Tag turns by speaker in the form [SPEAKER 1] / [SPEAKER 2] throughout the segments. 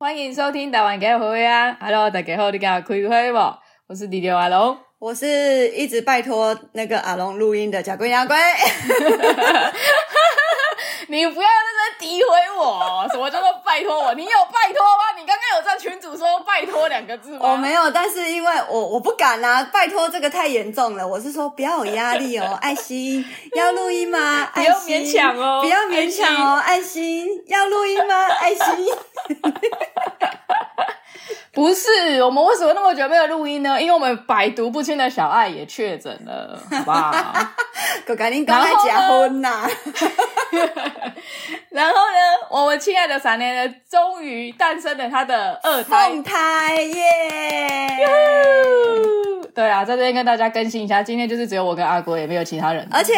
[SPEAKER 1] 欢迎收听台湾给回回啊！Hello，大家好，你跟我开会不？我是第六阿龙。
[SPEAKER 2] 我是一直拜托那个阿龙录音的假龟 牙龟，
[SPEAKER 1] 你不要在这诋毁我，什么叫做拜托我？你有拜托吗？你刚刚有在群主说拜托两个字吗？
[SPEAKER 2] 我没有，但是因为我我不敢啦、拜托这个太严重了。我是说不要有压力哦，爱心要录音吗？
[SPEAKER 1] 不要
[SPEAKER 2] 爱心
[SPEAKER 1] 勉强哦
[SPEAKER 2] 不要勉强哦，爱心要录音吗？爱心，
[SPEAKER 1] 不是，我们为什么那么久没有录音呢？因为我们百毒不侵的小爱也确诊了，好不好？
[SPEAKER 2] 狗赶紧刚才假婚呐、
[SPEAKER 1] 然后呢，我们亲爱的闪电呢，终于诞生了他的二胎。
[SPEAKER 2] 凤胎耶！
[SPEAKER 1] 对啊，在这边跟大家更新一下，今天就是只有我跟阿国，也没有其他人。
[SPEAKER 2] 而且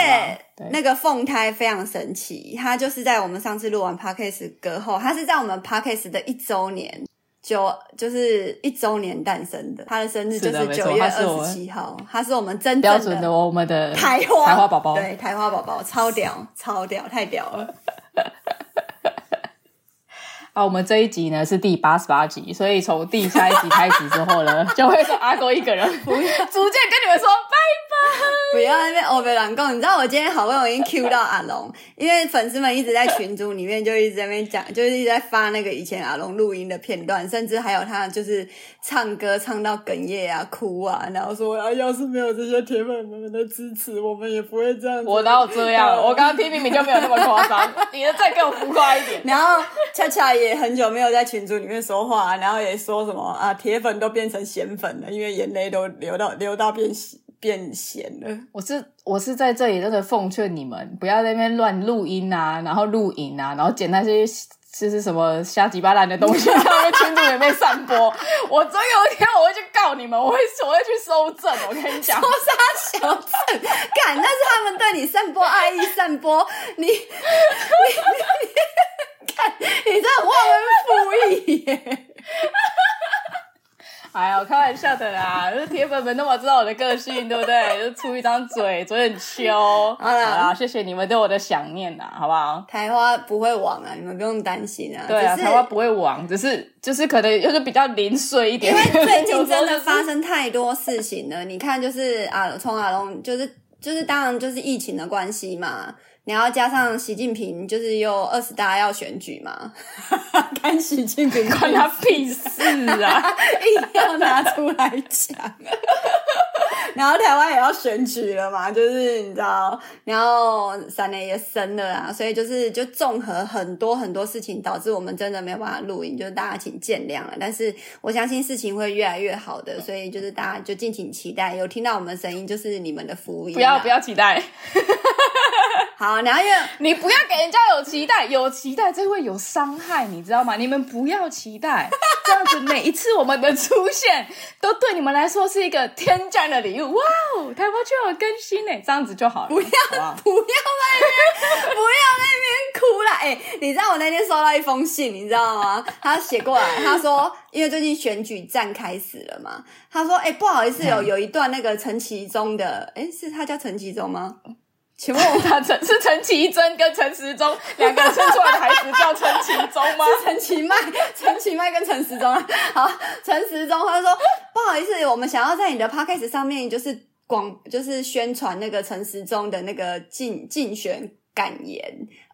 [SPEAKER 1] 对
[SPEAKER 2] 那个凤胎非常神奇，它就是在我们上次录完 podcast 歌后，它是在我们 podcast 的一周年九，就是一周年诞生的。它的生日就是
[SPEAKER 1] 的
[SPEAKER 2] 是
[SPEAKER 1] 没错
[SPEAKER 2] 九月
[SPEAKER 1] 它
[SPEAKER 2] 二
[SPEAKER 1] 是我们
[SPEAKER 2] 十七号，它是我 们真
[SPEAKER 1] 标
[SPEAKER 2] 正
[SPEAKER 1] 准的我们的
[SPEAKER 2] 台花
[SPEAKER 1] 台花宝宝。
[SPEAKER 2] 对台花宝宝超屌，超屌，太屌了！
[SPEAKER 1] 啊，我们这一集呢是第八十八集，所以从第下一集开始之后 呢，就会是阿国一个 人，逐渐跟你们说拜
[SPEAKER 2] 不要在那边欧北乱讲，你知道我今天好不容易 Q 到阿龙，因为粉丝们一直在群组里面就一直在那边讲，就是一直在发那个以前阿龙录音的片段，甚至还有他就是唱歌唱到哽咽啊、哭啊，然后说啊，要是没有这些铁粉们的支持，我们也不会这样子
[SPEAKER 1] 拜。我哪有这样？我刚刚听明明就没有那么夸张，你的再给我浮夸一点。
[SPEAKER 2] 然后恰恰也很久没有在群组里面说话，然后也说什么啊，铁粉都变成咸粉了，因为眼泪都流到流到变变咸了。
[SPEAKER 1] 我是我是在这里真的奉劝你们，不要在那边乱录音啊，然后录影啊，然后捡那些就是什么瞎鸡巴烂的东西， 在我们群组里面散播。我总有一天我会去告你们，我会我会去收证。我跟你 讲，
[SPEAKER 2] 杀小镇，敢那是他们对你散播爱意，散播你你你，看你这忘恩负义耶！
[SPEAKER 1] 哎呀，我开玩笑的啦，就是铁粉们那么知道我的个性，对不对？就出一张嘴，嘴很 羞。好
[SPEAKER 2] 啦
[SPEAKER 1] 啦，谢谢你们对我的想念呐，好不好？
[SPEAKER 2] 台花不会亡啊，你们不用担心啊。
[SPEAKER 1] 对啊，
[SPEAKER 2] 只
[SPEAKER 1] 台湾
[SPEAKER 2] 是
[SPEAKER 1] 不会亡，只是就是可能就是比较零碎一点。
[SPEAKER 2] 因为
[SPEAKER 1] 有
[SPEAKER 2] 最近
[SPEAKER 1] 时候
[SPEAKER 2] 真
[SPEAKER 1] 就
[SPEAKER 2] 的
[SPEAKER 1] 是
[SPEAKER 2] 发生太多事情了，你看就是啊，从阿龙就是就是当然就是疫情的关系嘛。然后加上习近平就是又二十大要选举 嘛，干习近平
[SPEAKER 1] 关他屁事啊！
[SPEAKER 2] 硬要拿出来讲。然后台湾也要选举了嘛，就是你知道，然后闪雷也生了啊，所以就是就综合很多很多事情，导致我们真的没有办法录影，就是大家请见谅了。但是我相信事情会越来越好的，所以就是大家就敬请期待，有听到我们声音就是你们的福音、啊
[SPEAKER 1] 不要不，要期待，
[SPEAKER 2] 好，然后因为
[SPEAKER 1] 你不要给人家有期待，有期待这会有伤害，你知道吗？你们不要期待， 这样子每一次我们的出现都对你们来说是一个天降的礼物。哇哦，台湾就有更新呢，这样子就好了。不要，好不好
[SPEAKER 2] 不要在那边，不要在那边哭啦！哎、你知道我那天收到一封信，你知道吗？他写过来，他说，因为最近选举战开始了嘛，他说，哎、不好意思、哦，有有一段那个陈其中的，哎、是他叫陈其中吗？请问我
[SPEAKER 1] 他陈是陈绮贞跟陈时中两个人生出来的孩子叫陈其中 吗？
[SPEAKER 2] 陈其迈，陈其迈跟陈时中啊，好，陈时中他就说不好意思，我们想要在你的 podcast 上面就是广就是宣传那个陈时中的那个竞竞选感言，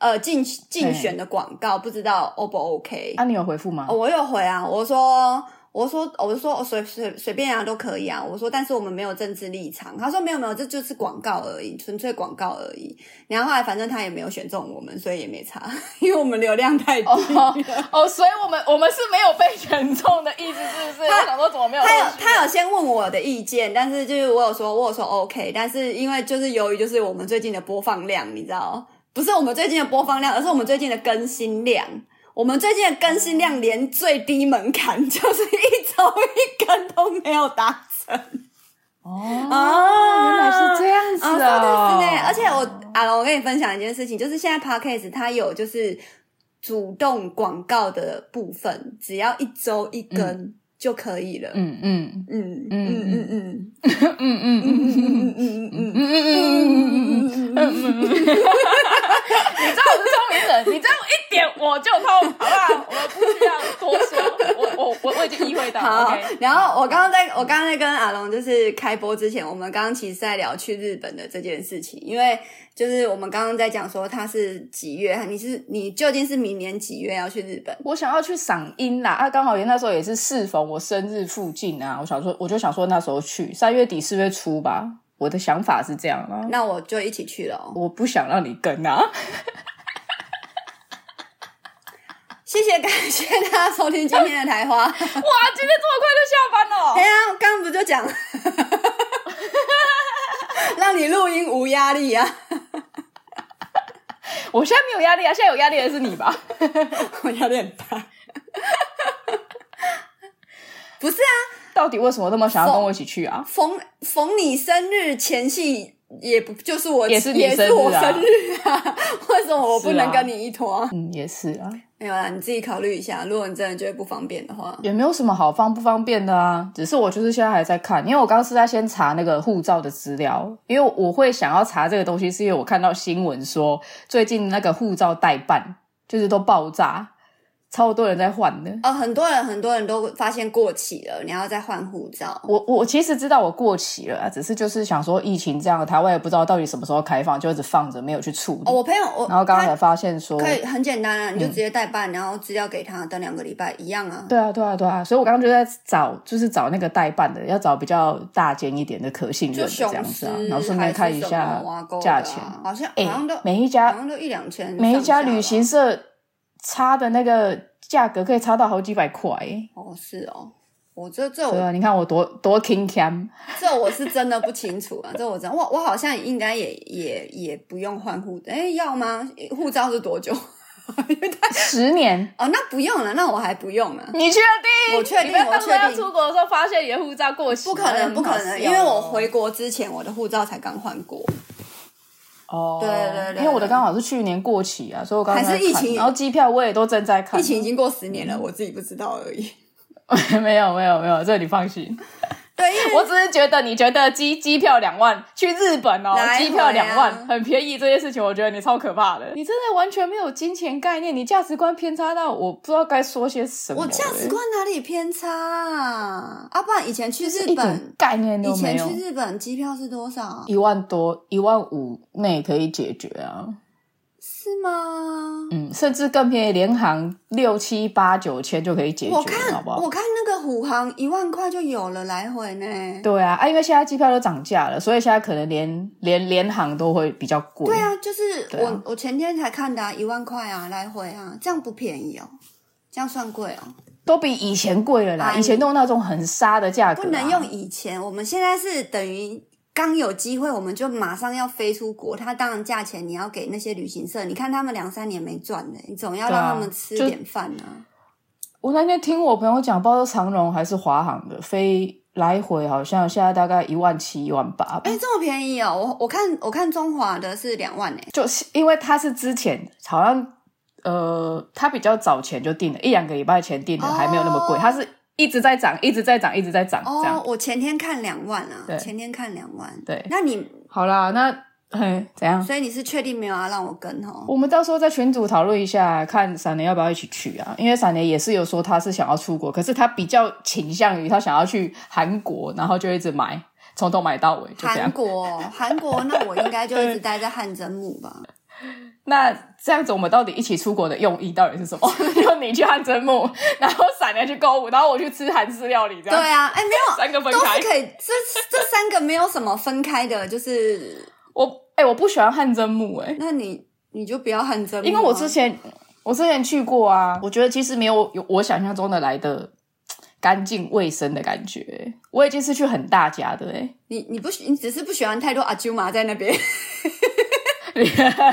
[SPEAKER 2] 呃，竞竞选的广告，不知道 O 不 OK？、
[SPEAKER 1] 啊，你有回复吗
[SPEAKER 2] 哦？我有回啊，我说。我说，我就说随随随便啊都可以啊。我说，但是我们没有政治立场。他说没有没有，这就是广告而已，纯粹广告而已。然后后来反正他也没有选中我们，所以也没差， 因为我们流量太低。
[SPEAKER 1] 哦哦，所以我们我们是没有被选中的意思，是不是？
[SPEAKER 2] 他
[SPEAKER 1] 我想说怎么没有后啊
[SPEAKER 2] 他
[SPEAKER 1] 续？
[SPEAKER 2] 有他有先问我的意见，但是就是我有说我有说 OK，但是因为就是由于就是我们最近的播放量，你知道，不是我们最近的播放量，而是我们最近的更新量。我们最近的更新量连最低门槛 就是一周一更都没有达成
[SPEAKER 1] 哦，
[SPEAKER 2] 啊
[SPEAKER 1] 原来是这样子
[SPEAKER 2] 啊，
[SPEAKER 1] 哦
[SPEAKER 2] 真的是呢。而且我阿龙，我跟你分享一件事情，就是现在 podcast 它有就是主动广告的部分，只要一周一更就可以了。
[SPEAKER 1] 嗯嗯。
[SPEAKER 2] 嗯嗯嗯嗯
[SPEAKER 1] 嗯嗯嗯
[SPEAKER 2] 嗯。
[SPEAKER 1] 嗯嗯嗯嗯嗯嗯嗯嗯嗯嗯嗯嗯，你知道我是聪明人，你这样一点我就通，好不好？我不需要多说。我我已经意会到。
[SPEAKER 2] 好
[SPEAKER 1] OK
[SPEAKER 2] 然后我刚刚在我刚刚在跟阿龙就是开播之前，我们刚刚其实在聊去日本的这件事情，因为就是我们刚刚在讲说他是几月，你是你究竟是明年几月要去日本？
[SPEAKER 1] 我想要去赏樱啦，啊，刚好也那时候也是适逢我生日附近啊，我想说，我就想说那时候去，三月底四月初吧，我的想法是这样啊，
[SPEAKER 2] 那我就一起去了哦。
[SPEAKER 1] 我不想让你跟啊，
[SPEAKER 2] 谢谢，感谢大家收听今天的台花。
[SPEAKER 1] 哇，今天这么快就下班了，
[SPEAKER 2] 哎呀，刚刚不就讲，让你录音无压力啊！
[SPEAKER 1] 我现在没有压力啊，现在有压力的是你吧？
[SPEAKER 2] 我压力很 大。不是啊，
[SPEAKER 1] 到底为什么那么想要跟我一起去啊？
[SPEAKER 2] 逢逢你生日前夕，也不就是我
[SPEAKER 1] 也是你生日啊
[SPEAKER 2] 我生日啊？ 为什么我不
[SPEAKER 1] 是
[SPEAKER 2] 能
[SPEAKER 1] 啊
[SPEAKER 2] 跟你一坨、
[SPEAKER 1] 嗯，也是啊，
[SPEAKER 2] 没有啦，你自己考虑一下。如果你真的觉得不方便的话，
[SPEAKER 1] 也没有什么好方不方便的啊，只是我就是现在还在看，因为我刚刚是在先查那个护照的资料，因为我会想要查这个东西，是因为我看到新闻说最近那个护照代办就是都爆炸，超多人在换的。
[SPEAKER 2] 哦，很多人很多人都发现过期了，你要再换护照。
[SPEAKER 1] 我我其实知道我过期了啊，只是就是想说疫情这样，台湾也不知道到底什么时候开放，就一直放着没有去处理。
[SPEAKER 2] 哦，我朋友我
[SPEAKER 1] 嗯然后刚刚
[SPEAKER 2] 他
[SPEAKER 1] 才发现说，嗯
[SPEAKER 2] 可以很简单啊，你就直接代办，然后资料给他，等两个礼拜一样啊。
[SPEAKER 1] 对啊对啊对啊，所以我刚刚就在找，就是找那个代办的，要找比较大间一点的可信任
[SPEAKER 2] 就
[SPEAKER 1] 的这
[SPEAKER 2] 雄
[SPEAKER 1] 样子
[SPEAKER 2] 狮
[SPEAKER 1] 啊，然后顺
[SPEAKER 2] 还
[SPEAKER 1] 便
[SPEAKER 2] 是
[SPEAKER 1] 看一
[SPEAKER 2] 什
[SPEAKER 1] 下
[SPEAKER 2] 么挖沟的
[SPEAKER 1] 价
[SPEAKER 2] 啊
[SPEAKER 1] 钱。
[SPEAKER 2] 好像好
[SPEAKER 1] 哎、
[SPEAKER 2] 像都
[SPEAKER 1] 每一
[SPEAKER 2] 好
[SPEAKER 1] 家
[SPEAKER 2] 像都一两千，
[SPEAKER 1] 每一家旅
[SPEAKER 2] 旅
[SPEAKER 1] 行社差的那个价格可以差到好几百块、欸。
[SPEAKER 2] 哦是哦，我这这
[SPEAKER 1] 对
[SPEAKER 2] 我
[SPEAKER 1] 啊，你看我多多 king cam，
[SPEAKER 2] 这我是真的不清楚啊，这我真我我好像应该也也也不用换护，哎要吗？护照是多久？
[SPEAKER 1] 十年，
[SPEAKER 2] 哦，那不用了，那我还不用啊。
[SPEAKER 1] 你确定？
[SPEAKER 2] 我确定
[SPEAKER 1] 你不要到时候
[SPEAKER 2] 我确
[SPEAKER 1] 要
[SPEAKER 2] 定
[SPEAKER 1] 出国的时候发现你的护照过期，
[SPEAKER 2] 不可能，不可能，因为
[SPEAKER 1] 很好笑
[SPEAKER 2] 我
[SPEAKER 1] 哦
[SPEAKER 2] 回国之前，我的护照才刚换过。
[SPEAKER 1] 哦，
[SPEAKER 2] 对对对
[SPEAKER 1] 因为我的刚好是去年过期啊，所以我刚刚
[SPEAKER 2] 还
[SPEAKER 1] 在
[SPEAKER 2] 是
[SPEAKER 1] 看
[SPEAKER 2] 疫情
[SPEAKER 1] 然后机票我也都正在看啊，
[SPEAKER 2] 疫情已经过十年了，我自己不知道而已。
[SPEAKER 1] 没有没有没有，这你放心。
[SPEAKER 2] 对，因为
[SPEAKER 1] 我只是觉得你觉得机机票两万去日本哦
[SPEAKER 2] 来，回啊
[SPEAKER 1] 机票两万很便宜这件事情，我觉得你超可怕的。你真的完全没有金钱概念，你价值观偏差到我不知道该说些什么、
[SPEAKER 2] 我价值观哪里偏差啊？啊，不然以前去
[SPEAKER 1] 欸
[SPEAKER 2] 日
[SPEAKER 1] 一
[SPEAKER 2] 本
[SPEAKER 1] 点，概念
[SPEAKER 2] 以
[SPEAKER 1] 都没
[SPEAKER 2] 前
[SPEAKER 1] 有
[SPEAKER 2] 去。日本机票是多少啊？
[SPEAKER 1] 一万多、一万五内可以解决啊，
[SPEAKER 2] 是吗？
[SPEAKER 1] 嗯，甚至更便宜，联航六七八九千就可以解决，
[SPEAKER 2] 我看
[SPEAKER 1] 好不好？
[SPEAKER 2] 我看那个虎航一万块就有了来回呢。
[SPEAKER 1] 对啊，啊，因为现在机票都涨价了，所以现在可能连连联航都会比较贵。
[SPEAKER 2] 对，啊，就是
[SPEAKER 1] 对
[SPEAKER 2] 我、
[SPEAKER 1] 啊
[SPEAKER 2] 我前天才看的、啊，一万块啊，来回啊，这样不便宜哦，这样算贵哦，
[SPEAKER 1] 都比以前贵了啦，
[SPEAKER 2] 哎
[SPEAKER 1] 以前都有那种很杀的价格、啊，
[SPEAKER 2] 不能用以前，我们现在是等于。刚有机会，我们就马上要飞出国。它当然价钱你要给那些旅行社，你看他们两三年没赚呢，你总要
[SPEAKER 1] 对
[SPEAKER 2] 让
[SPEAKER 1] 啊
[SPEAKER 2] 他们吃
[SPEAKER 1] 就
[SPEAKER 2] 点饭啊。
[SPEAKER 1] 我那天听我朋友讲，不知道是长荣还是华航的，飞来回好像现在大概一万七、一万八吧
[SPEAKER 2] 哎、。这么便宜哦！我我看我看中华的是两万哎、
[SPEAKER 1] 就是因为他是之前好像呃，他比较早前就订了，一两个礼拜前订的，
[SPEAKER 2] 哦
[SPEAKER 1] 还没有那么贵。他是一直在涨，一直在涨，一直在涨，这样
[SPEAKER 2] 哦，。我前天看两万啊，
[SPEAKER 1] 对
[SPEAKER 2] 前天看两万。
[SPEAKER 1] 对，
[SPEAKER 2] 那你
[SPEAKER 1] 好啦，那嘿怎样？
[SPEAKER 2] 所以你是确定没有要让我跟哦？
[SPEAKER 1] 我们到时候在群组讨论一下，看闪雷要不要一起去啊？因为闪雷也是有说他是想要出国，可是他比较倾向于他想要去韩国，然后就一直买，从头买到尾，就这样
[SPEAKER 2] 韩。国，韩国，那我应该就一直待在汗蒸木 吧？
[SPEAKER 1] 那这样子，我们到底一起出国的用意到底是 什么？就你去汗蒸木，然后闪人去购物，然后我去吃韩式料理，这
[SPEAKER 2] 对
[SPEAKER 1] 样
[SPEAKER 2] 啊，哎、没有，
[SPEAKER 1] 三个分
[SPEAKER 2] 都
[SPEAKER 1] 开
[SPEAKER 2] 是。可以，这这三个没有什么分开的，就是
[SPEAKER 1] 我哎、我不喜欢汗蒸木哎、
[SPEAKER 2] 那你你就不要汗蒸木啊、
[SPEAKER 1] 因为我之前我之前去过啊，我觉得其实没有有我想象中的来的干净卫生的感觉、我已经是去很大家的哎、
[SPEAKER 2] 你你不喜你只是不喜欢太多阿舅妈在那边，
[SPEAKER 1] 哎要不要跟大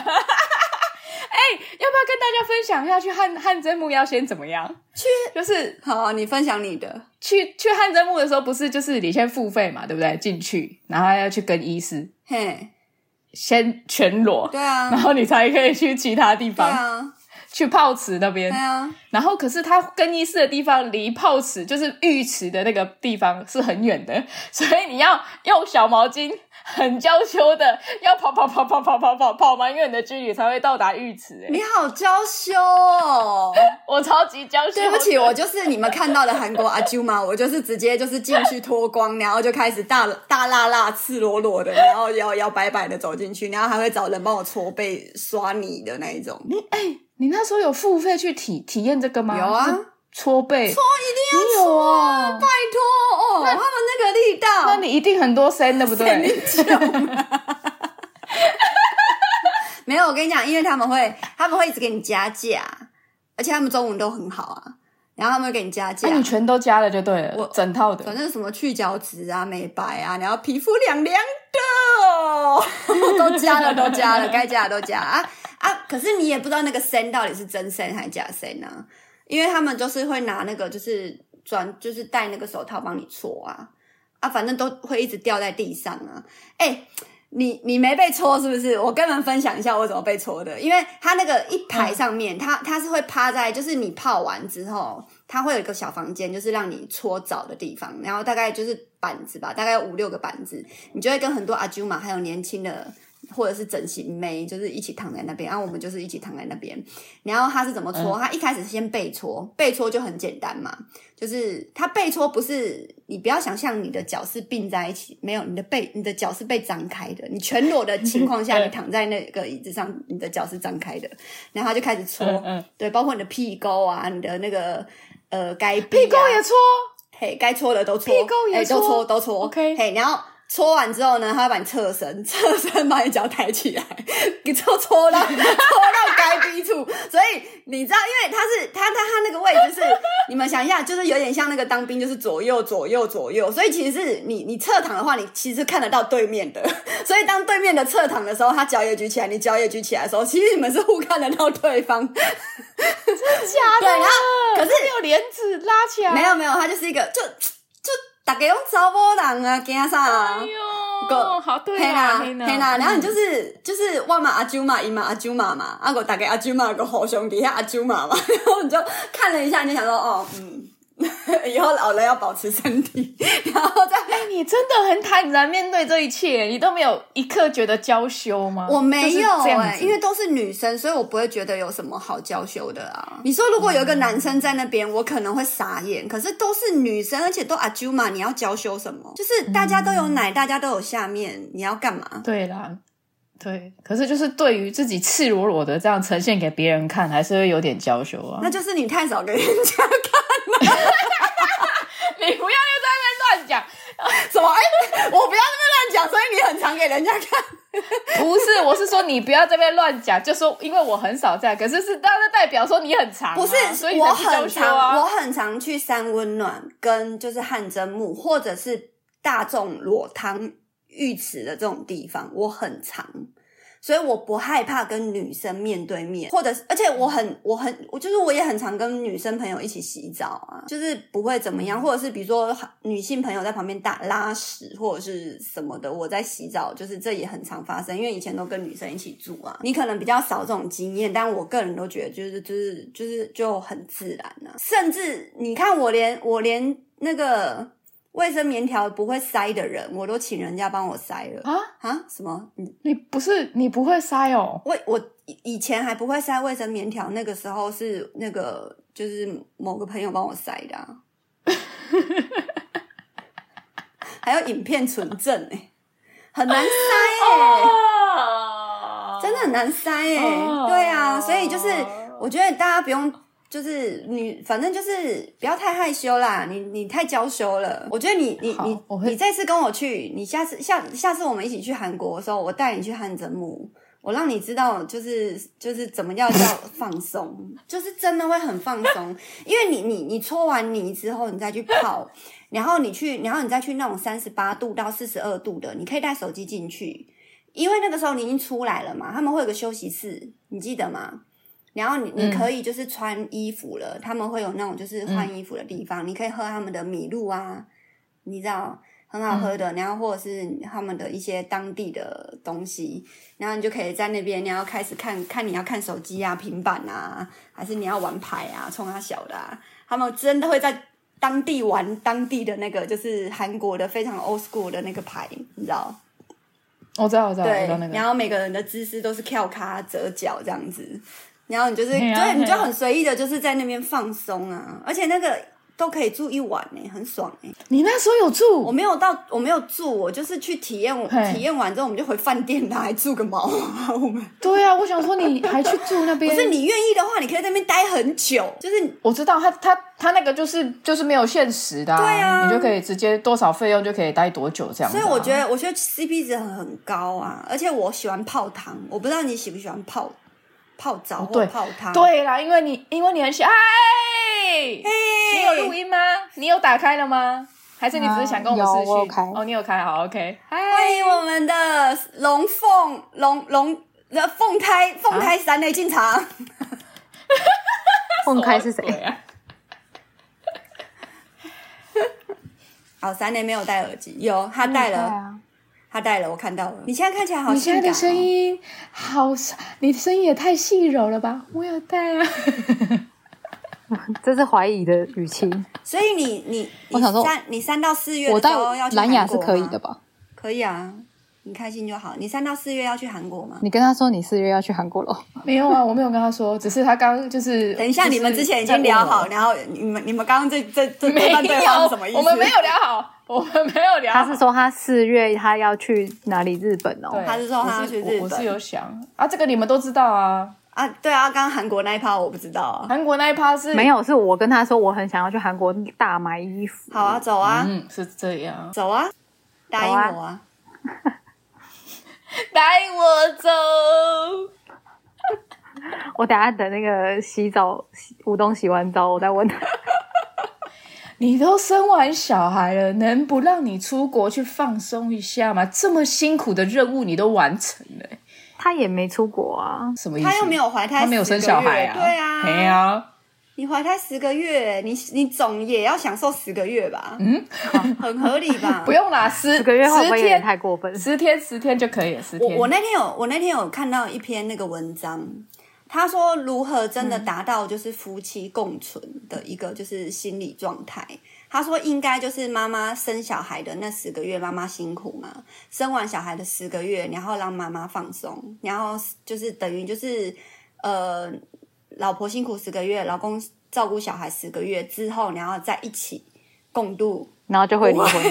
[SPEAKER 1] 家分享一下去汗汗蒸木要先怎么样？去 就是
[SPEAKER 2] 好、你分享你的，
[SPEAKER 1] 去去汗蒸木的时候，不是就是你先付费嘛，对不对？进去，然后要去跟医师
[SPEAKER 2] 嘿，
[SPEAKER 1] 先全裸，
[SPEAKER 2] 对啊
[SPEAKER 1] 然，后你才可以去其他地
[SPEAKER 2] 对
[SPEAKER 1] 方。
[SPEAKER 2] 啊，
[SPEAKER 1] 去泡池那边
[SPEAKER 2] 对。啊，
[SPEAKER 1] 然后可是他更衣室的地方离泡池就是浴池的那个地方是很远的，所以你要用小毛巾很娇羞的要跑跑跑跑跑跑跑跑蛮远的距离才会到达浴池、欸。
[SPEAKER 2] 你好娇羞哦。
[SPEAKER 1] 我超级娇羞，
[SPEAKER 2] 对不起，我就是你们看到的韩国阿舅嘛，我就是直接就是进去脱光，然后就开始大大辣辣、赤裸裸的，然后摇摇摆摆的走进去，然后还会找人帮我搓背、刷泥的那一 种。搓
[SPEAKER 1] 你那时候有付费去体体验这个吗？
[SPEAKER 2] 有啊，
[SPEAKER 1] 搓背，
[SPEAKER 2] 一定
[SPEAKER 1] 你
[SPEAKER 2] 要
[SPEAKER 1] 有
[SPEAKER 2] 搓啊，
[SPEAKER 1] 啊
[SPEAKER 2] 拜托哦，他们那个力
[SPEAKER 1] 那
[SPEAKER 2] 道。
[SPEAKER 1] 你一定很多声，对不 对？
[SPEAKER 2] 没有，我跟你讲，因为他们会，他们会一直给你加价，而且他们中文都很好啊，然后他们会给你加价。
[SPEAKER 1] 那、哎你全都加了就对了，
[SPEAKER 2] 我
[SPEAKER 1] 整套的
[SPEAKER 2] 反。正什么去角质啊、美白啊，然后皮肤凉凉的哦， 都加了，都加了，该加的都加了啊啊！可是你也不知道那个参到底是真参还是假参啊，因为他们就是会拿那个就是转，就是戴那个手套帮你搓啊啊，反正都会一直掉在地上啊，哎、你你没被戳是不是？我跟你们分享一下我怎么被戳的，因为它那个一排上面，它它是会趴在，就是你泡完之后，它会有一个小房间，就是让你搓澡的地方，然后大概就是板子吧，大概有五六个板子，你就会跟很多阿舅嘛，还有年轻的或者是整形妹，就是一起躺在那边，啊然、后我们就是一起躺在那边。然后他是怎么搓？嗯他一开始先背搓，背搓就很简单嘛，就是它背搓不是你不要想象你的脚是并在一起，没有你的背你的脚是被张开的，你全裸的情况下，
[SPEAKER 1] 对
[SPEAKER 2] 你躺在那个椅子上，你的脚是张开的，然后他就开始搓，
[SPEAKER 1] 嗯嗯，
[SPEAKER 2] 对，包括你的屁沟啊，你的那个呃该
[SPEAKER 1] 屁股也搓，
[SPEAKER 2] 嘿，该搓的都搓，
[SPEAKER 1] 屁股也
[SPEAKER 2] 哎都
[SPEAKER 1] 搓
[SPEAKER 2] 搓都搓
[SPEAKER 1] OK
[SPEAKER 2] 嘿，然后搓完之后呢，他会把你侧身，侧身把你脚抬起来，给搓搓到搓到该逼处，所以你知道，因为他是他他他那个位置是，你们想一下，就是有点像那个当兵，就是左右左右左右，所以其实是你你侧躺的话，你其实看得到对面的， 所以当对面的侧躺的时候，他脚也举起来，你脚也举起来的时候，其实你们是互看得到对方，
[SPEAKER 1] 假的。
[SPEAKER 2] 对然后可是
[SPEAKER 1] 这有帘子拉起来，
[SPEAKER 2] 没有没有，他就是一个就就大家用找波人啊，惊啥、啊？
[SPEAKER 1] 哎
[SPEAKER 2] 个
[SPEAKER 1] 呦，好对
[SPEAKER 2] 嘿
[SPEAKER 1] 啊，
[SPEAKER 2] 啦
[SPEAKER 1] 嘿啦，
[SPEAKER 2] 嘿啦，然后你就是就是我嘛阿舅嘛，姨嘛阿舅嘛嘛，啊个大概阿舅嘛个好兄弟，遐阿舅嘛 嘛，然后你就看了一下，你就想说哦，嗯， 以后老了要保持身体，然后再
[SPEAKER 1] 哎、你真的很坦然面对这一切，你都没有一刻觉得娇羞吗？
[SPEAKER 2] 我没有
[SPEAKER 1] 就是这样
[SPEAKER 2] 哎、
[SPEAKER 1] 子
[SPEAKER 2] 因为都是女生，所以我不会觉得有什么好娇羞的啊。你说如果有一个男生在那边，我可能会傻眼，可是都是女生，而且都阿舅嘛，你要娇羞什么？就是大家都有奶，大家都有下面，你要干嘛？
[SPEAKER 1] 对啦，对，可是就是对于自己赤裸裸的这样呈现给别人看，还是会有点娇羞啊。
[SPEAKER 2] 那就是你太少给人家看。
[SPEAKER 1] 你不要又在那边乱讲，
[SPEAKER 2] 什么？哎、我不要这么乱讲，所以你很常给人家看。
[SPEAKER 1] 不是，我是说你不要这边乱讲，就说因为我很少这样，可是是当然代表说你很长啊、
[SPEAKER 2] 不是，
[SPEAKER 1] 所以
[SPEAKER 2] 我
[SPEAKER 1] 才是娇
[SPEAKER 2] 很
[SPEAKER 1] 羞
[SPEAKER 2] 常、我
[SPEAKER 1] 啊。
[SPEAKER 2] 很常去三温暖跟就是汗蒸木或者是大众裸汤浴池的这种地方，我很常。所以我不害怕跟女生面对面，或者是，而且我很我很我就是我也很常跟女生朋友一起洗澡啊，就是不会怎么样，或者是比如说女性朋友在旁边打拉屎或者是什么的，我在洗澡，就是这也很常发生，因为以前都跟女生一起住啊，你可能比较少这种经验，但我个人都觉得就是就是就是就很自然啊，甚至你看我连我连那个卫生棉条不会塞的人，我都请人家帮我塞了
[SPEAKER 1] 啊，
[SPEAKER 2] 啊，什么你
[SPEAKER 1] 你不是你不会塞哦？
[SPEAKER 2] 我我以以前还不会塞卫生棉条，那个时候是那个就是某个朋友帮我塞的、啊， 还有影片存证哎、很难塞哎、
[SPEAKER 1] 哦
[SPEAKER 2] 真的很难塞哎、
[SPEAKER 1] 哦
[SPEAKER 2] 对啊，所以就是我觉得大家不用。就是你，反正就是不要太害羞啦，你你太娇羞了。我觉得你你
[SPEAKER 1] 好
[SPEAKER 2] 你
[SPEAKER 1] 我会
[SPEAKER 2] 你这次跟我去，你下次下下次我们一起去韩国的时候，我带你去汗蒸木，我让你知道就是就是怎么样叫放松， 就是真的会很放松，因为你你你搓完泥之后，你再去泡，然后你去，然后你再去那种三十八度到四十二度的，你可以带手机进去，因为那个时候你已经出来了嘛，他们会有个休息室，你记得吗？然后你你可以就是穿衣服了，他们会有那种就是换衣服的地方，你可以喝他们的米露啊，你知道。很好喝的，然后或者是他们的一些当地的东西，然后你就可以在那边，你要开始看看你要看手机啊、平板啊，还是你要玩牌啊、冲啊小的、啊，他们真的会在当地玩当地的那个，就是韩国的非常 old school 的那个牌，你知道？
[SPEAKER 1] 我知道，我知道，我
[SPEAKER 2] 对
[SPEAKER 1] 知道那，
[SPEAKER 2] 然
[SPEAKER 1] 个。
[SPEAKER 2] 后每个人的姿势都是跳咖折角这样子，然后你就是
[SPEAKER 1] 嘿啊
[SPEAKER 2] 对，你
[SPEAKER 1] 嘿
[SPEAKER 2] 就
[SPEAKER 1] 啊
[SPEAKER 2] 很随意的，就是在那边放松啊，而且那个都可以住一晚呢、很爽哎、
[SPEAKER 1] 你那时候有
[SPEAKER 2] 我
[SPEAKER 1] 住？
[SPEAKER 2] 没有到，我没有住，我就是去体验，
[SPEAKER 1] 嘿
[SPEAKER 2] 体验完之后我们就回饭店啦，还住个毛啊！我们
[SPEAKER 1] 对啊，我想说你还去住那
[SPEAKER 2] 不
[SPEAKER 1] 边。
[SPEAKER 2] 是你愿意的话，你可以在那边待很久，就是
[SPEAKER 1] 我知道他他他那个就是就是没有限时的、啊，
[SPEAKER 2] 对啊
[SPEAKER 1] 你就可以直接多少费用就可以待多久这样、子
[SPEAKER 2] 所
[SPEAKER 1] 啊
[SPEAKER 2] 以我觉得，我觉得 CP 值很很高啊，而且我喜欢泡汤，我不知道你喜不喜欢泡泡澡或
[SPEAKER 1] 哦对
[SPEAKER 2] 泡汤，
[SPEAKER 1] 对啦，因为你因为你很喜欢。哎
[SPEAKER 2] 嘿，
[SPEAKER 1] 你有录音吗？你有打开了吗？还是你只是想跟我们
[SPEAKER 3] 啊
[SPEAKER 1] 私
[SPEAKER 3] 有我有
[SPEAKER 1] 讯？
[SPEAKER 3] 开
[SPEAKER 1] 哦，你有开，好，OK。嗨，
[SPEAKER 2] 欢迎我们的龙凤龙龙呃凤胎凤胎三类进场，
[SPEAKER 1] 啊
[SPEAKER 3] 凤开是
[SPEAKER 1] 什么鬼
[SPEAKER 3] 谁？
[SPEAKER 1] 啊？
[SPEAKER 2] 好，三类没有戴耳机，有他戴
[SPEAKER 3] 对
[SPEAKER 2] 了，
[SPEAKER 3] 啊，
[SPEAKER 2] 他戴了，我看到了。你现在看起来好
[SPEAKER 1] 嗯你
[SPEAKER 2] 性
[SPEAKER 1] 现
[SPEAKER 2] 感、
[SPEAKER 1] 在
[SPEAKER 2] 哦
[SPEAKER 1] 的，声音好，你的声音也太细柔了吧！我有带啊。
[SPEAKER 3] 这是怀疑的语气。
[SPEAKER 2] 所以你你
[SPEAKER 3] 我想说
[SPEAKER 2] 你三你三到四月
[SPEAKER 3] 我
[SPEAKER 2] 的时
[SPEAKER 3] 带
[SPEAKER 2] 候要去
[SPEAKER 3] 蓝牙
[SPEAKER 2] 韩
[SPEAKER 3] 是
[SPEAKER 2] 国
[SPEAKER 3] 可以
[SPEAKER 2] 吗
[SPEAKER 3] 的？吧？
[SPEAKER 2] 可以啊，你开心就好。你三到四月要去韩国吗？
[SPEAKER 3] 你跟他说你四月要去韩国了，
[SPEAKER 1] 没有啊，我没有跟他说，只是他刚刚就是。
[SPEAKER 2] 等一下，
[SPEAKER 1] 就是
[SPEAKER 2] 你们之前已经聊好，
[SPEAKER 1] 在问
[SPEAKER 2] 然后你们你们刚刚这这这
[SPEAKER 1] 我。没
[SPEAKER 2] 这段对话是什么意思？
[SPEAKER 1] 有，我们没，有聊好，我们没有聊好。
[SPEAKER 3] 他是说他四月他要去哪里？日本哦
[SPEAKER 1] 对，
[SPEAKER 2] 他是说他
[SPEAKER 1] 我
[SPEAKER 2] 要去日
[SPEAKER 1] 我我
[SPEAKER 2] 本
[SPEAKER 1] 是有想啊，这个你们都知道啊。
[SPEAKER 2] 啊，对啊，刚刚韩国那一趴我不知道啊。
[SPEAKER 1] 韩国那一趴是
[SPEAKER 3] 没，有，是我跟他说我很想要去韩国大买衣服。
[SPEAKER 2] 好啊，走啊，
[SPEAKER 1] 嗯，是这样。
[SPEAKER 2] 走啊，答应
[SPEAKER 3] 走啊
[SPEAKER 2] 我啊。
[SPEAKER 1] 带我走，
[SPEAKER 3] 我等下等那个洗澡，洗吴东洗完澡，我再 问他。
[SPEAKER 1] 你都生完小孩了，能不让你出国去放松一下吗？这么辛苦的任务你都完成了、
[SPEAKER 3] 他也没出国啊，
[SPEAKER 1] 什么意思？
[SPEAKER 2] 他又没有怀胎，
[SPEAKER 1] 他没有生小孩啊，
[SPEAKER 2] 对啊，
[SPEAKER 1] 没啊，
[SPEAKER 2] 你怀胎十个月，你你总也要享受十个月吧？嗯，很合理吧？
[SPEAKER 1] 不用啦，十
[SPEAKER 3] 这个月会不
[SPEAKER 1] 十
[SPEAKER 3] 会有点太
[SPEAKER 1] 天，
[SPEAKER 3] 过分？
[SPEAKER 1] 十天十天就可以了，十
[SPEAKER 2] 我
[SPEAKER 1] 天。
[SPEAKER 2] 我那天有我那天有看到一篇那个文章，他说如何真的达到就是夫妻共存的一个就是心理状态。他说应该就是妈妈生小孩的那十个月，妈妈辛苦嘛，生完小孩的十个月，然后让妈妈放松，然后就是等于就是呃，老婆辛苦十个月，老公照顾小孩十个月之后，然后再一起共度。
[SPEAKER 3] 然后就会离婚。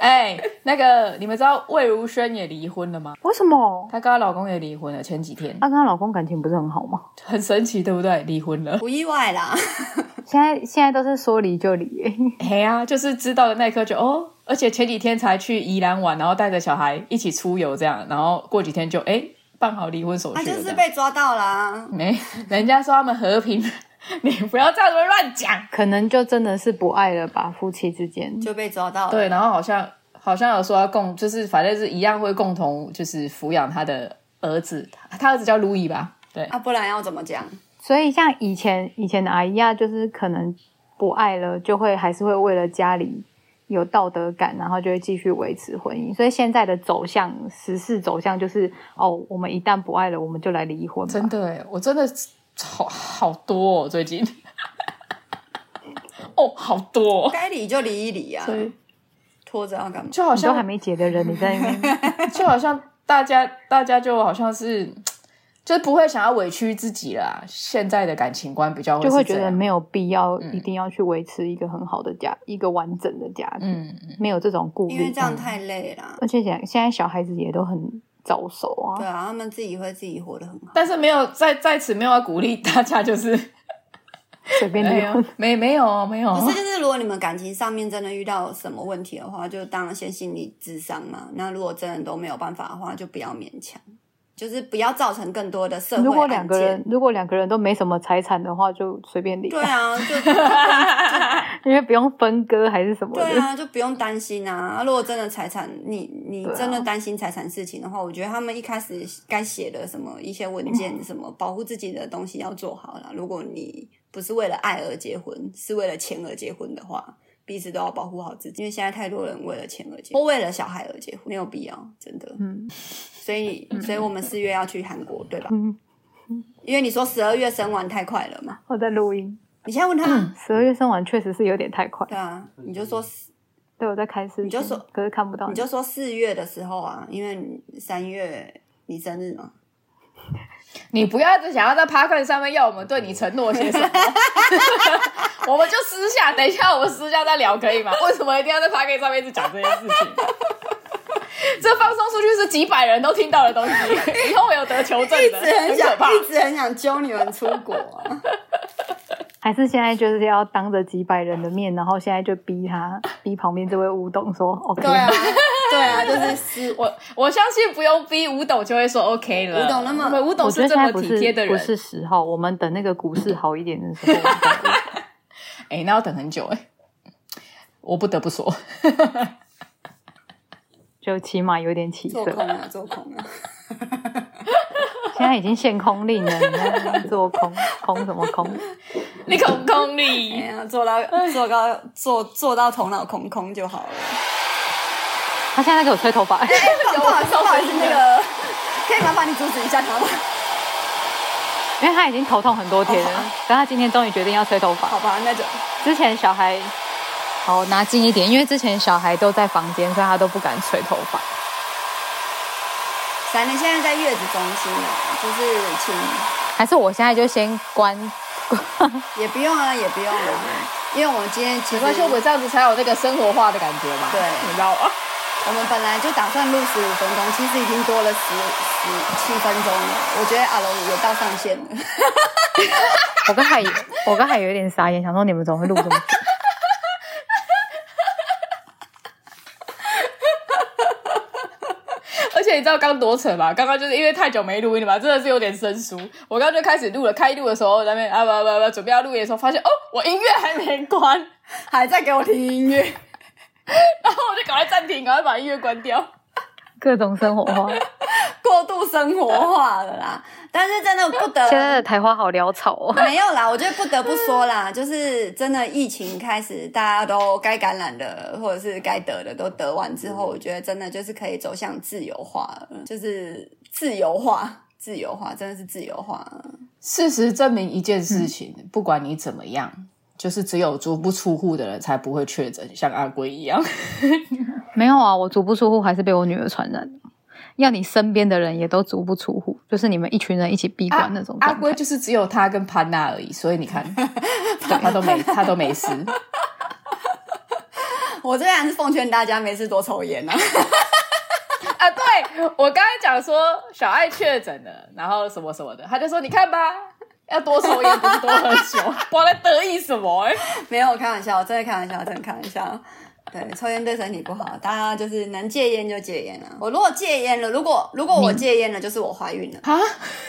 [SPEAKER 1] 哎、那个你们知道魏如萱也离婚了吗？
[SPEAKER 3] 为什么？
[SPEAKER 1] 她跟她老公也离婚了，前几天
[SPEAKER 3] 她跟她老公感情不是很好吗？
[SPEAKER 1] 很神奇，对不对？离婚了。
[SPEAKER 2] 不意外啦，
[SPEAKER 3] 现在现在都是说离就离、
[SPEAKER 1] 嘿呀、就是知道的那一刻就哦，而且前几天才去宜兰玩，然后带着小孩一起出游这样，然后过几天就哎办好离婚手
[SPEAKER 2] 他
[SPEAKER 1] 续
[SPEAKER 2] 就
[SPEAKER 1] 了这
[SPEAKER 2] 啊
[SPEAKER 1] 样。
[SPEAKER 2] 是被抓到啦。
[SPEAKER 1] 没，人家说他们和平，你不要这样子乱讲。
[SPEAKER 3] 可能就真的是不爱了吧，夫妻之间。
[SPEAKER 2] 就被抓到了，
[SPEAKER 1] 对，然后好像好像有说要共，就是反正是一样会共同就是抚养他的儿子，他他儿子叫路易吧？对，
[SPEAKER 2] 啊，不然要怎么讲？
[SPEAKER 3] 所以像以前以前的阿姨呀、就是可能不爱了，就会还是会为了家里有道德感，然后就会继续维持婚姻。所以现在的走向，时事走向就是哦，我们一旦不爱了，我们就来离婚吧。
[SPEAKER 1] 真的哎，我真的好好多哦，最近 哦，好多、哦，
[SPEAKER 2] 该离就离一离啊，
[SPEAKER 1] 对，
[SPEAKER 2] 拖着要干嘛？
[SPEAKER 1] 就好
[SPEAKER 3] 你都
[SPEAKER 1] 像
[SPEAKER 3] 还没结的人，你在那边
[SPEAKER 1] 就好像大家大家就好像是，就是不会想要委屈自己啦。现在的感情观比较
[SPEAKER 3] 就
[SPEAKER 1] 会
[SPEAKER 3] 会
[SPEAKER 1] 是
[SPEAKER 3] 觉
[SPEAKER 1] 这
[SPEAKER 3] 得
[SPEAKER 1] 样
[SPEAKER 3] 没有必要一定要去维持一个很好的家，一个完整的家庭，
[SPEAKER 1] 嗯，
[SPEAKER 3] 没有这种顾虑。
[SPEAKER 2] 因为这样太累啦。
[SPEAKER 3] 而且现现在小孩子也都很早熟啊
[SPEAKER 2] 对，啊，他们自己会自己活得很好。
[SPEAKER 1] 但是没有在在此没有要鼓励大家，就是
[SPEAKER 3] 随便
[SPEAKER 1] 没
[SPEAKER 3] 离
[SPEAKER 1] 有
[SPEAKER 2] 啊
[SPEAKER 3] 婚。
[SPEAKER 1] 没没有哦没
[SPEAKER 3] 哦
[SPEAKER 1] 有，
[SPEAKER 2] 不是，就是如果你们感情上面真的遇到什么问题的话，就当然先心理智商嘛。那如果真的都没有办法的话，就不要勉强，就是不要造成更多的社会
[SPEAKER 3] 如果
[SPEAKER 2] 案
[SPEAKER 3] 两个
[SPEAKER 2] 件
[SPEAKER 3] 人，如果两个人都没什么财产的话，就随便离、
[SPEAKER 2] 对啊，就
[SPEAKER 3] 因为不用分割还是什么的。
[SPEAKER 2] 对啊，就不用担心啊。如果真的财产，你你
[SPEAKER 3] 对啊
[SPEAKER 2] 真的担心财产事情的话，我觉得他们一开始该写的什么一些文件，什么保护自己的东西要做好了。如果你不是为了爱而结婚，是为了钱而结婚的话，彼此都要保护好自己，因为现在太多人为了钱而结婚，或为了小孩而结婚，没有必要，真的。
[SPEAKER 3] 嗯
[SPEAKER 2] 所以，所以我们四月要去韩国，对吧？
[SPEAKER 3] 嗯，
[SPEAKER 2] 因为你说十二月生完太快了嘛，
[SPEAKER 3] 我在录音。
[SPEAKER 2] 你现在问他，
[SPEAKER 3] 十二月生完确实是有点太快，
[SPEAKER 2] 对啊，你就说四
[SPEAKER 3] 对我在开视频，
[SPEAKER 2] 你就说
[SPEAKER 3] 可是看不到
[SPEAKER 2] 你就说四月的时候啊，因为你三月你生日嘛，
[SPEAKER 1] 你不要再想要在 p a r k 上面要我们对你承诺些什 么，我们就私下，等一下我们私下再聊，可以吗？为什么一定要在 p a r k 上面一直讲这件事情？这放送出去是几百人都听到的 东西，以后有得求证
[SPEAKER 2] 一
[SPEAKER 1] 的，
[SPEAKER 2] 直哎很想
[SPEAKER 1] 可怕。
[SPEAKER 2] 一直很想揪你们出国啊，
[SPEAKER 3] 还是现在就是要当着几百人的面，然后现在就逼他逼旁边这位吴董说 OK，
[SPEAKER 2] 对啊，对啊，就是是
[SPEAKER 1] 我我相信不用逼吴董就会说 OK 了。
[SPEAKER 2] 吴董那么
[SPEAKER 1] 对吴董
[SPEAKER 3] 我觉
[SPEAKER 1] 是这
[SPEAKER 3] 得现
[SPEAKER 1] 么
[SPEAKER 3] 在不
[SPEAKER 1] 体贴的
[SPEAKER 3] 是不
[SPEAKER 1] 人，
[SPEAKER 3] 是时候，我们等那个股市好一点的时候 再录。
[SPEAKER 1] 哎、那要等很久哎、我不得不 说，
[SPEAKER 3] 就起码有点起
[SPEAKER 2] 做
[SPEAKER 3] 色。
[SPEAKER 2] 空啊，做空啊，
[SPEAKER 3] 现在已经限空令了，你要做空空什么空？
[SPEAKER 1] 你空空
[SPEAKER 2] 哎
[SPEAKER 1] 力，
[SPEAKER 2] 呀，做到做到做做到头脑空空就好了。
[SPEAKER 3] 他现在在给我吹头 发，
[SPEAKER 2] 不好意思，不好意思，那个 可以麻烦你阻止一下他吗？
[SPEAKER 3] 因为他已经头痛很多天了，但他今天终于决定要吹头发。
[SPEAKER 2] 好吧，那就
[SPEAKER 3] 之前小孩，好拿近一点，因为之前小孩都在房间，所以他都不敢吹头发。
[SPEAKER 2] 闪你现在在月子中心啊，就是请
[SPEAKER 3] 还是我现在就先关，
[SPEAKER 2] 也不用啊，也不用啊，因为我们今天其
[SPEAKER 1] 没
[SPEAKER 2] 实
[SPEAKER 1] 关系，我们这样子才有那个生活化的感觉嘛。
[SPEAKER 2] 对
[SPEAKER 1] 你知道吗？
[SPEAKER 2] 我们本来就打算录十五分钟，其实已经多了十十七分钟了。我觉得阿龙有到上限了，
[SPEAKER 3] 我刚 才我刚才有点傻眼，想说你们怎么会录这么久？
[SPEAKER 1] 而且你知道刚多扯吗？刚刚就是因为太久没录音了嘛，真的是有点生疏。我刚刚就开始录了，开录的时候在那边啊不不不，准备要录音的时候，发现哦，我音乐还没关， 然
[SPEAKER 2] 还在给我听音 乐。
[SPEAKER 1] 后我就赶快暂停，赶快把音乐关掉。
[SPEAKER 3] 各种生活化，
[SPEAKER 2] 过度生活化了啦，但是真的不得
[SPEAKER 3] 现在的台花好潦草哦。
[SPEAKER 2] 没有啦，我觉得不得不说啦，就是真的疫情开始，大家都该感染的或者是该得的都得完之后，我觉得真的就是可以走向自由化了，就是自由化，自由化，真的是自由化了。
[SPEAKER 1] 事实证明一件事情，不管你怎么样，就是只有足不出户的人才不会确诊，像阿龟一 样。
[SPEAKER 3] 没有啊，我足不出户还是被我女儿传染的。要你身边的人也都足不出户，就是你们一群人一起闭关那种
[SPEAKER 1] 阿
[SPEAKER 3] 状
[SPEAKER 1] 龟
[SPEAKER 3] 态。
[SPEAKER 1] 就是只有他跟潘娜而已，所以你 看，对他都没他都没事。
[SPEAKER 2] 我这边还是奉劝大家没事多抽烟啊。
[SPEAKER 1] 啊，对我刚才讲说小爱确诊了，然后什么什么的，他就说你看吧，要多抽烟不是多喝酒，我在得意什么、欸？
[SPEAKER 2] 没有，开玩笑，真的开玩笑，真的开玩笑。对，抽烟对身体不好，大家就是能戒烟就戒烟啊。我如果戒烟了，如果如果我戒烟了，就是我怀孕了。
[SPEAKER 1] 啊，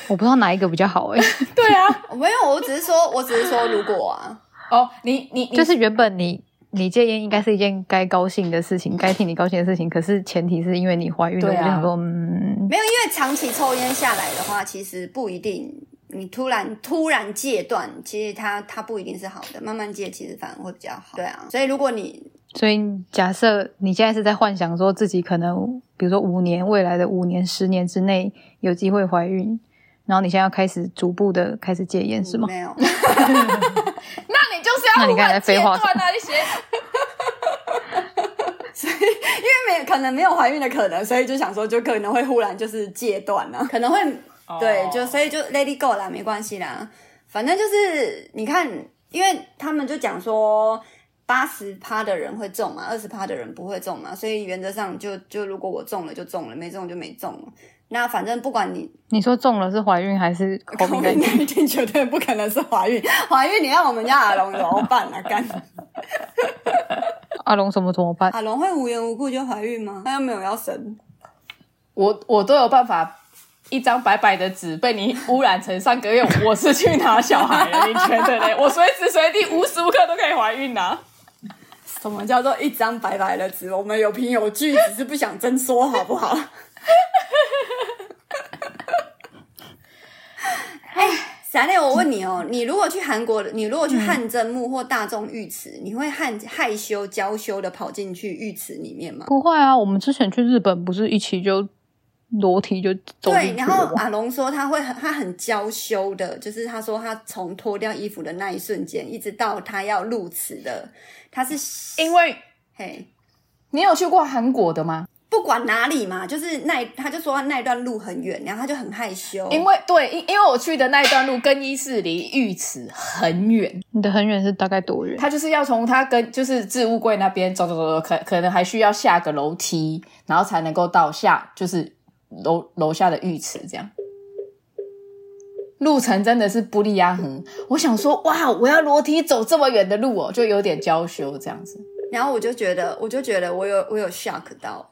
[SPEAKER 3] 我不知道哪一个比较好哎、
[SPEAKER 1] 对啊，
[SPEAKER 2] 没有，我只是说，我只是说，如果啊，
[SPEAKER 1] 哦，你你你
[SPEAKER 3] 就是原本 你你戒烟应该是一件该高兴的事情，该替你高兴的事情，可是前提是因为你怀孕了，
[SPEAKER 1] 对啊
[SPEAKER 3] 我就想说，嗯，
[SPEAKER 2] 没有，因为长期抽烟下来的话，其实不一定。你突然突然戒断，其实它它不一定是好的，慢慢戒其实反而会比较好。对啊，所以如果你
[SPEAKER 3] 所以假设你现在是在幻想说自己可能，比如说五年未来的五年、十年之内有机会怀孕，然后你现在要开始逐步的开始戒烟是吗？
[SPEAKER 2] 嗯没有，
[SPEAKER 1] 那你就是
[SPEAKER 3] 那
[SPEAKER 1] 要
[SPEAKER 3] 你刚才在废话
[SPEAKER 1] 乱断啊那些，
[SPEAKER 2] 因为没有可能没有怀孕的可能，所以就想说，就可能会忽然就是戒断啊，可能会对，就所以就 let it go 啦，没关系啦，反正就是你看，因为他们就讲说八十趴的人会中嘛，二十趴的人不会中嘛，所以原则上就就如果我中了就中了，没中就没中了。那反正不管 你
[SPEAKER 3] 你说中了是怀孕 还是 COVID
[SPEAKER 2] 那一定绝对不可能是怀孕， 怀孕你让我们家阿龙怎么办啊？干
[SPEAKER 3] 阿龙什么怎么办？
[SPEAKER 2] 阿龙会无缘无故就怀孕吗？他又没有要生，
[SPEAKER 1] 我我都有办法。一张白白的纸被你污染成上个月，我是去拿小孩了，你觉得嘞？我随时随地无时无刻都可以怀孕呐、啊。
[SPEAKER 2] 什么叫做一张白白的纸？我们有凭有据，只是不想真说，好不好？哎，闪内，我问你哦，你如果去韩国，你如果去汗蒸幕或大众浴池，你会汗害羞娇羞的跑进去浴池里面吗？
[SPEAKER 3] 不会啊，我们之前去日本不是一起就裸体就走
[SPEAKER 2] 对，
[SPEAKER 3] 进去
[SPEAKER 2] 然后
[SPEAKER 3] 了吗？
[SPEAKER 2] 阿龙说他会很他很娇羞的，就是他说他从脱掉衣服的那一瞬间，一直到他要入池的，他是
[SPEAKER 1] 因为
[SPEAKER 2] 嘿，
[SPEAKER 1] 你有去过韩国的吗？
[SPEAKER 2] 不管哪里嘛，就是那他就说那一段路很远，然后他就很害羞，
[SPEAKER 1] 因为对，因因为我去的那一段路更衣室离浴池很远，
[SPEAKER 3] 你的很远是大概多远？
[SPEAKER 1] 他就是要从他跟就是置物柜那边走走走走，可可能还需要下个楼梯，然后才能够到下就是楼楼下的浴池这样。路程真的是不利亚横，我想说哇，我要裸体走这么远的路哦，就有点娇羞这样子。
[SPEAKER 2] 然后我就觉得我就觉得我有我有 shock 到，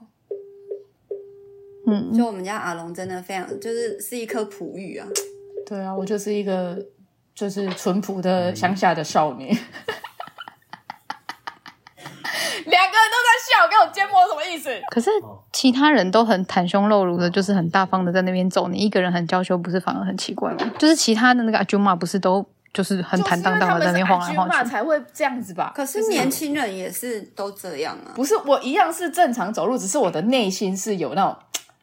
[SPEAKER 3] 嗯，
[SPEAKER 2] 就我们家阿龙真的非常就是是一颗璞玉啊，
[SPEAKER 1] 对啊，我就是一个就是淳朴的乡下的少女。 两个人都在笑，给我缄默什么意思？
[SPEAKER 3] 可是其他人都很袒胸露乳的，就是很大方的在那边走，你一个人很娇羞，不是反而很奇怪吗？就是其他的那个阿舅妈不是都就是很坦荡荡的在那边晃来晃
[SPEAKER 1] 就是因为他们是 IG 嘛
[SPEAKER 2] 啊
[SPEAKER 3] 去，
[SPEAKER 1] 才会这样子吧？
[SPEAKER 2] 可是年轻人也是都这样啊。
[SPEAKER 1] 不是我一样是正常走路，只是我的内心是有那种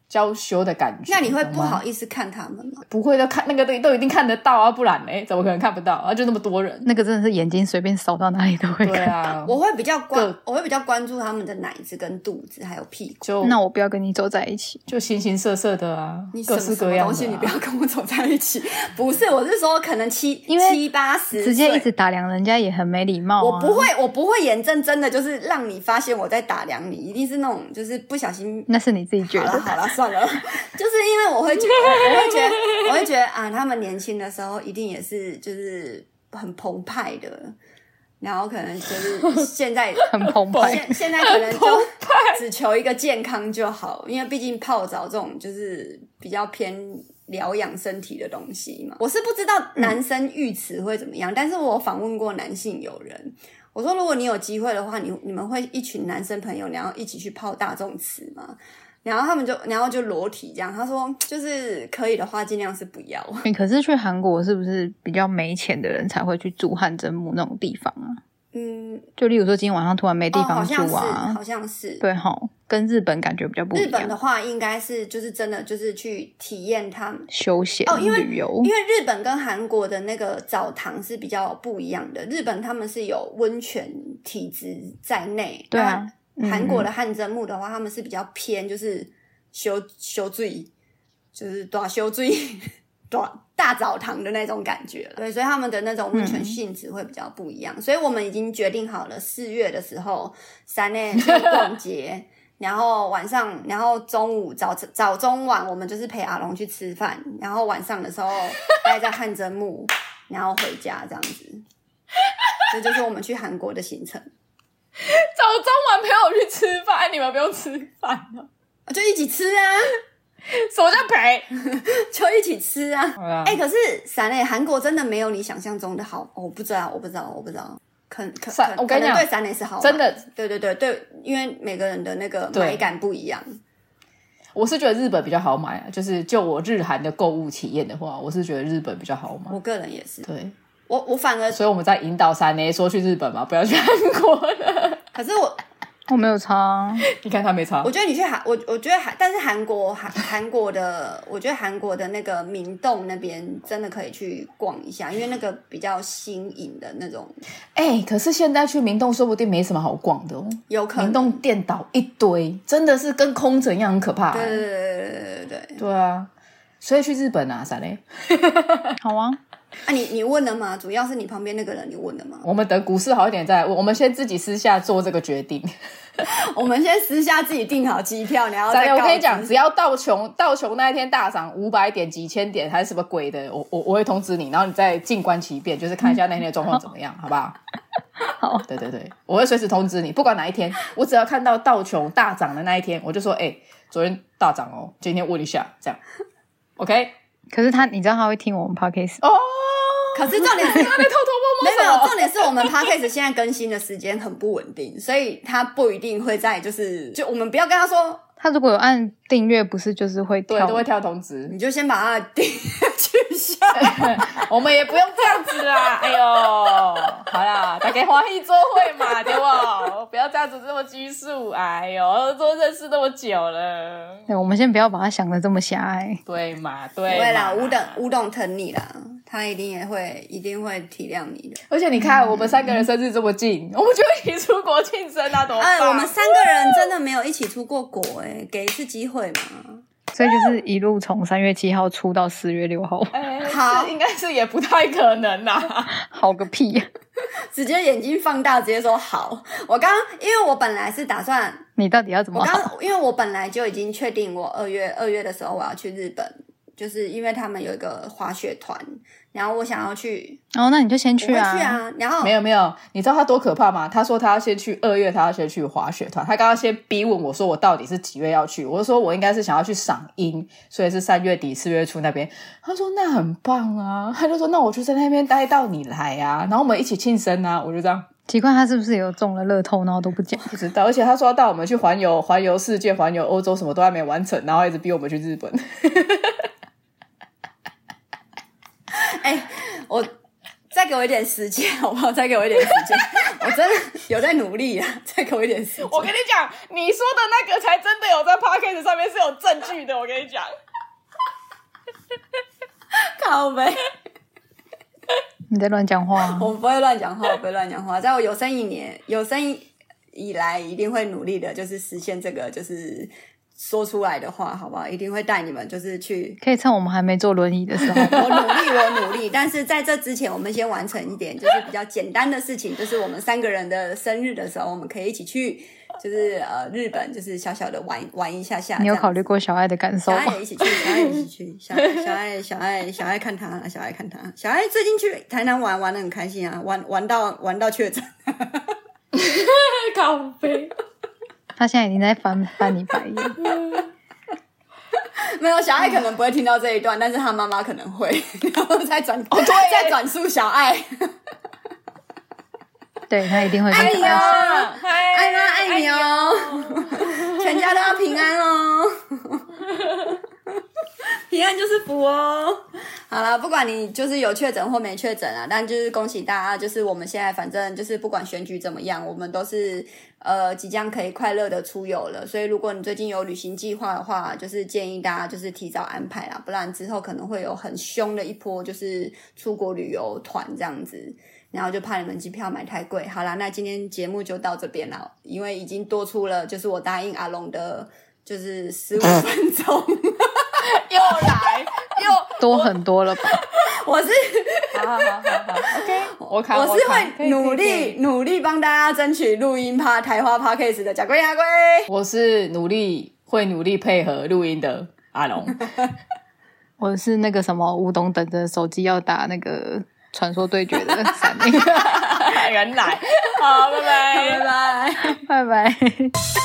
[SPEAKER 1] 娇羞的感觉。
[SPEAKER 2] 那你会不
[SPEAKER 1] 懂吗
[SPEAKER 2] 好？意思看他们吗？
[SPEAKER 1] 不会都看那个都都一定看得到啊，不然呢？怎么可能看不到啊？就那么多人。
[SPEAKER 3] 那个真的是眼睛随便扫到哪里都会
[SPEAKER 1] 对
[SPEAKER 3] 看。
[SPEAKER 1] 啊，
[SPEAKER 2] 我会比较关
[SPEAKER 1] 各，
[SPEAKER 2] 我会比较关注他们的奶子跟肚子，还有屁股。
[SPEAKER 1] 就
[SPEAKER 3] 那我不要跟你走在一起。
[SPEAKER 1] 就形形色色的啊
[SPEAKER 2] 你，什
[SPEAKER 1] 各
[SPEAKER 2] 么
[SPEAKER 1] 式
[SPEAKER 2] 什
[SPEAKER 1] 各
[SPEAKER 2] 么
[SPEAKER 1] 样
[SPEAKER 2] 东
[SPEAKER 1] 的
[SPEAKER 2] 西，
[SPEAKER 1] 啊。
[SPEAKER 2] 你不要跟我走在一起。不是，我是说可能七
[SPEAKER 3] 因为
[SPEAKER 2] 七八十
[SPEAKER 3] 直接一直
[SPEAKER 2] 岁。
[SPEAKER 3] 打量人家也很没礼貌、啊。
[SPEAKER 2] 我不会，我不会眼睁睁的，就是让你发现我在打量你，一定是那种就是不小心。
[SPEAKER 3] 那是你自己觉
[SPEAKER 2] 好了
[SPEAKER 3] 得。
[SPEAKER 2] 好了，算了，就是因为我会觉得，我会觉得，我会觉得啊，他们年轻的时候一定也是就是很澎湃的，然后可能就是现在
[SPEAKER 3] 很澎湃，
[SPEAKER 2] 现现在可能就只求一个健康就好，因为毕竟泡澡这种就是比较偏疗养身体的东西嘛。我是不知道男生浴池会怎么样，但是我访问过男性友人，我说如果你有机会的话，你你们会一群男生朋友，然后一起去泡大众池吗？然后他们就，然后就裸体这样。他说，就是可以的话，尽量是不要。
[SPEAKER 3] 欸可是去韩国是不是比较没钱的人才会去住汗蒸木那种地方啊？
[SPEAKER 2] 嗯，
[SPEAKER 3] 就例如说今天晚上突然没地
[SPEAKER 2] 哦，好
[SPEAKER 3] 方
[SPEAKER 2] 像
[SPEAKER 3] 住
[SPEAKER 2] 是，
[SPEAKER 3] 啊，
[SPEAKER 2] 好像是。
[SPEAKER 3] 对哈，跟日本感觉比较不一
[SPEAKER 2] 日本的
[SPEAKER 3] 样，
[SPEAKER 2] 话，应该是就是真的就是去体验他们
[SPEAKER 3] 休闲、
[SPEAKER 2] 哦因为
[SPEAKER 3] 旅游
[SPEAKER 2] 因，为日本跟韩国的那个澡堂是比较不一样的，日本他们是有温泉体质在内，
[SPEAKER 3] 对啊
[SPEAKER 2] 那韩
[SPEAKER 3] 嗯
[SPEAKER 2] 国的汗蒸木的话，他们是比较偏就是修修醉，就是短修醉。短 大澡堂的那种感觉了，对，嗯所以他们的那种温泉性质会比较不一样，所以我们已经决定好了，四月的时候，三内去逛街， 然后晚上，然后中午早早中晚，我们就是陪阿龙去吃饭，然后晚上的时候待在汗蒸木，然后回家这样子。这就是我们去韩国的行程，
[SPEAKER 1] 早中晚陪我去吃饭，你们不用吃饭了，
[SPEAKER 2] 就一起吃啊，
[SPEAKER 1] 什么叫陪？
[SPEAKER 2] 就一起吃啊。哎、
[SPEAKER 1] 哎，
[SPEAKER 2] 可是闪磊，韩国真的没有你想象中的好，我不知道，我不知道，我不知道。可可
[SPEAKER 1] 闪
[SPEAKER 2] 可，
[SPEAKER 1] 我跟你
[SPEAKER 2] 可能
[SPEAKER 1] 讲
[SPEAKER 2] 对闪磊是好玩，
[SPEAKER 1] 真的，
[SPEAKER 2] 对对对对，因为每个人的那个
[SPEAKER 1] 对
[SPEAKER 2] 美感不一样。
[SPEAKER 1] 我是觉得日本比较好买啊，就是就我日韩的购物体验的话，我是觉得日本比较好买。
[SPEAKER 2] 我个人也是，
[SPEAKER 1] 对，
[SPEAKER 2] 我我反而，
[SPEAKER 1] 所以我们在引导三 A 说去日本嘛，不要去韩国了。
[SPEAKER 2] 可是我
[SPEAKER 3] 我没有差 啊，
[SPEAKER 1] 你看他没差
[SPEAKER 2] 我，觉得你去韩，我我觉得韩，但是韩国韩韩国的，我觉得韩国的那个明洞那边真的可以去逛一下，因为那个比较新颖的那种，
[SPEAKER 1] 哎、可是现在去明洞说不定没什么好逛的哦。
[SPEAKER 2] 有可能。
[SPEAKER 1] 明洞电倒一堆，真的是跟空城一样很可怕、
[SPEAKER 2] 对对
[SPEAKER 1] 欸。
[SPEAKER 2] 对对对对对。
[SPEAKER 1] 对啊，所以去日本啊，三 A，
[SPEAKER 3] 好啊，
[SPEAKER 2] 啊，你你问了吗？主要是你旁边那个人，你问了吗？
[SPEAKER 1] 我们等股市好一点再来问。我们先自己私下做这个决定。
[SPEAKER 2] 我们先私下自己订好机票，然后
[SPEAKER 1] 三
[SPEAKER 2] 再
[SPEAKER 1] 爷，
[SPEAKER 2] 哦
[SPEAKER 1] 我
[SPEAKER 2] 告知
[SPEAKER 1] 跟你讲，只要道琼道琼那一天大涨五百点、几千点还是什么鬼的，我我我会通知你，然后你再静观其变，就是看一下那天的状况怎么 样，好不好？
[SPEAKER 3] 好，
[SPEAKER 1] 对对对，我会随时通知你，不管哪一天，我只要看到道琼大涨的那一天，我就说，哎、昨天大涨哦，今天问一下，这样，OK？
[SPEAKER 3] 可是他，你知道他会听我们 podcast，
[SPEAKER 1] 哦，
[SPEAKER 2] 可是重点 是。
[SPEAKER 1] 那你偷偷摸摸
[SPEAKER 2] 没有，没
[SPEAKER 1] 什
[SPEAKER 2] 有，
[SPEAKER 1] 么？
[SPEAKER 2] 重点是我们 podcast 现在更新的时间很不稳定，所以他不一定会在，就是就我们不要跟他说，
[SPEAKER 3] 他如果有按订阅，不是就是会
[SPEAKER 1] 对，
[SPEAKER 3] 跳
[SPEAKER 1] 都会跳通知。
[SPEAKER 2] 你就先把他的订取消。
[SPEAKER 1] 我们也不用这样子啦，哎呦，好啦，大家欢喜做会嘛，对 不？不要这样子这么拘束，哎呦，都认识那么久了，
[SPEAKER 3] 对，我们先不要把它想的这么狭隘。
[SPEAKER 1] 对嘛，
[SPEAKER 2] 不
[SPEAKER 1] 对嘛，
[SPEAKER 2] 会啦，吴董吴董疼你啦，他一定也会一定会体谅你的。
[SPEAKER 1] 而且你看，我们三个人生日这么近，我们就一起出国庆生啊，怎么
[SPEAKER 2] 哎，
[SPEAKER 1] 办？
[SPEAKER 2] 我们三个人真的没有一起出过国哎、给一次机会嘛。
[SPEAKER 3] 所 以就是一路从三月七号出到四月六号，
[SPEAKER 1] 哎是
[SPEAKER 2] 好
[SPEAKER 1] 应该是也不太可能啊啦。
[SPEAKER 3] 好个屁啊呀、
[SPEAKER 2] 直接眼睛放大，直接说好。我刚因为我本来是打算，
[SPEAKER 3] 你到底要怎
[SPEAKER 2] 我
[SPEAKER 3] 么好？
[SPEAKER 2] 刚因为我本来就已经确定我二月二月的时候我要去日本，就是因为他们有一个滑雪团，然后我想要去，
[SPEAKER 3] 哦，那你就先
[SPEAKER 2] 我
[SPEAKER 3] 去
[SPEAKER 2] 会
[SPEAKER 3] 啊。
[SPEAKER 2] 去啊。然后
[SPEAKER 1] 没有没有，你知道他多可怕吗？他说他要先去二月，他要先去滑雪团。他刚刚先逼问我说我到底是几月要去，我就说我应该是想要去赏樱，所以是三月底四月初那边。他说那很棒啊，他就说那我就在那边待到你来啊，然后我们一起庆生啊，我就这样。
[SPEAKER 3] 奇怪，他是不是有中了乐透，然后都不讲？
[SPEAKER 1] 不知道，而且他说要带我们去环游环游世界、环游欧洲，什么都还没完成，然后一直逼我们去日本。
[SPEAKER 2] 哎、我再给我一点时间好不好？再给我一点时间，我真的有在努力啊！再给我一点时间。
[SPEAKER 1] 我跟你讲，你说的那个才真的有在 podcast 上面是有证据的。我跟你讲，
[SPEAKER 2] 靠呗，
[SPEAKER 3] 你在乱讲话、啊。
[SPEAKER 2] 我不会乱讲话，我不会乱讲话。在我有生一年有生以以来，一定会努力的，就是实现这个，就是说出来的话，好不好？一定会带你们，就是去。
[SPEAKER 3] 可以趁我们还没坐轮椅的 时候，
[SPEAKER 2] 我努力，我努力，但是在这之前，我们先完成一点，就是比较简单的事情，就是我们三个人的生日的时候，我们可以一起去，就是呃日本，就是小小的玩玩一下下。
[SPEAKER 3] 你有
[SPEAKER 2] 这样
[SPEAKER 3] 考虑过小爱的感受
[SPEAKER 2] 小
[SPEAKER 3] 吗
[SPEAKER 2] 爱？也一起去，小爱也一起去，小爱小爱小爱小爱看他，小爱看他，小爱最近去台南玩玩的很开心啊，玩玩到玩到确诊，
[SPEAKER 1] 靠背，
[SPEAKER 3] 他现在已经在翻翻你白眼。
[SPEAKER 2] 没有小爱可能不会听到这一段，但是他妈妈可能会， 然后再转哦
[SPEAKER 1] 对
[SPEAKER 2] 再转述小爱，
[SPEAKER 3] 对他一定会 跟
[SPEAKER 2] 爱你
[SPEAKER 3] 小爱说。哎
[SPEAKER 2] 哦，
[SPEAKER 1] 嗯嗨
[SPEAKER 2] 爱妈爱你哦，全家都要平安 哦。平安就是福哦。好啦，不管你就是有确诊或没确诊啊，但就是恭喜大家，就是我们现在反正就是不管选举怎么样，我们都是呃即将可以快乐的出游了。所以如果你最近有旅行计划的话，就是建议大家就是提早安排啦，不然之后可能会有很凶的一波就是出国旅游团这样子。然后就怕你们机票买太贵。好啦，那今天节目就到这边了，因为已经多出了就是我答应阿龙的，就是十五分钟。
[SPEAKER 1] 又来又，
[SPEAKER 3] 多很多了吧？
[SPEAKER 2] 我是
[SPEAKER 1] 好好好好好，OK，我卡，
[SPEAKER 2] 我是
[SPEAKER 1] 卡可
[SPEAKER 2] 会
[SPEAKER 1] 以
[SPEAKER 2] 努
[SPEAKER 1] 可以可以
[SPEAKER 2] 力努力帮大家争取录音趴台花 p a case 的贾龟阿龟。
[SPEAKER 1] 我是努力会努力配合录音的阿 龙。
[SPEAKER 3] 我是那个什么吴董等着手机要打那个传说对决的闪电。
[SPEAKER 1] 原来，好，拜拜
[SPEAKER 2] 拜拜。
[SPEAKER 3] 拜拜。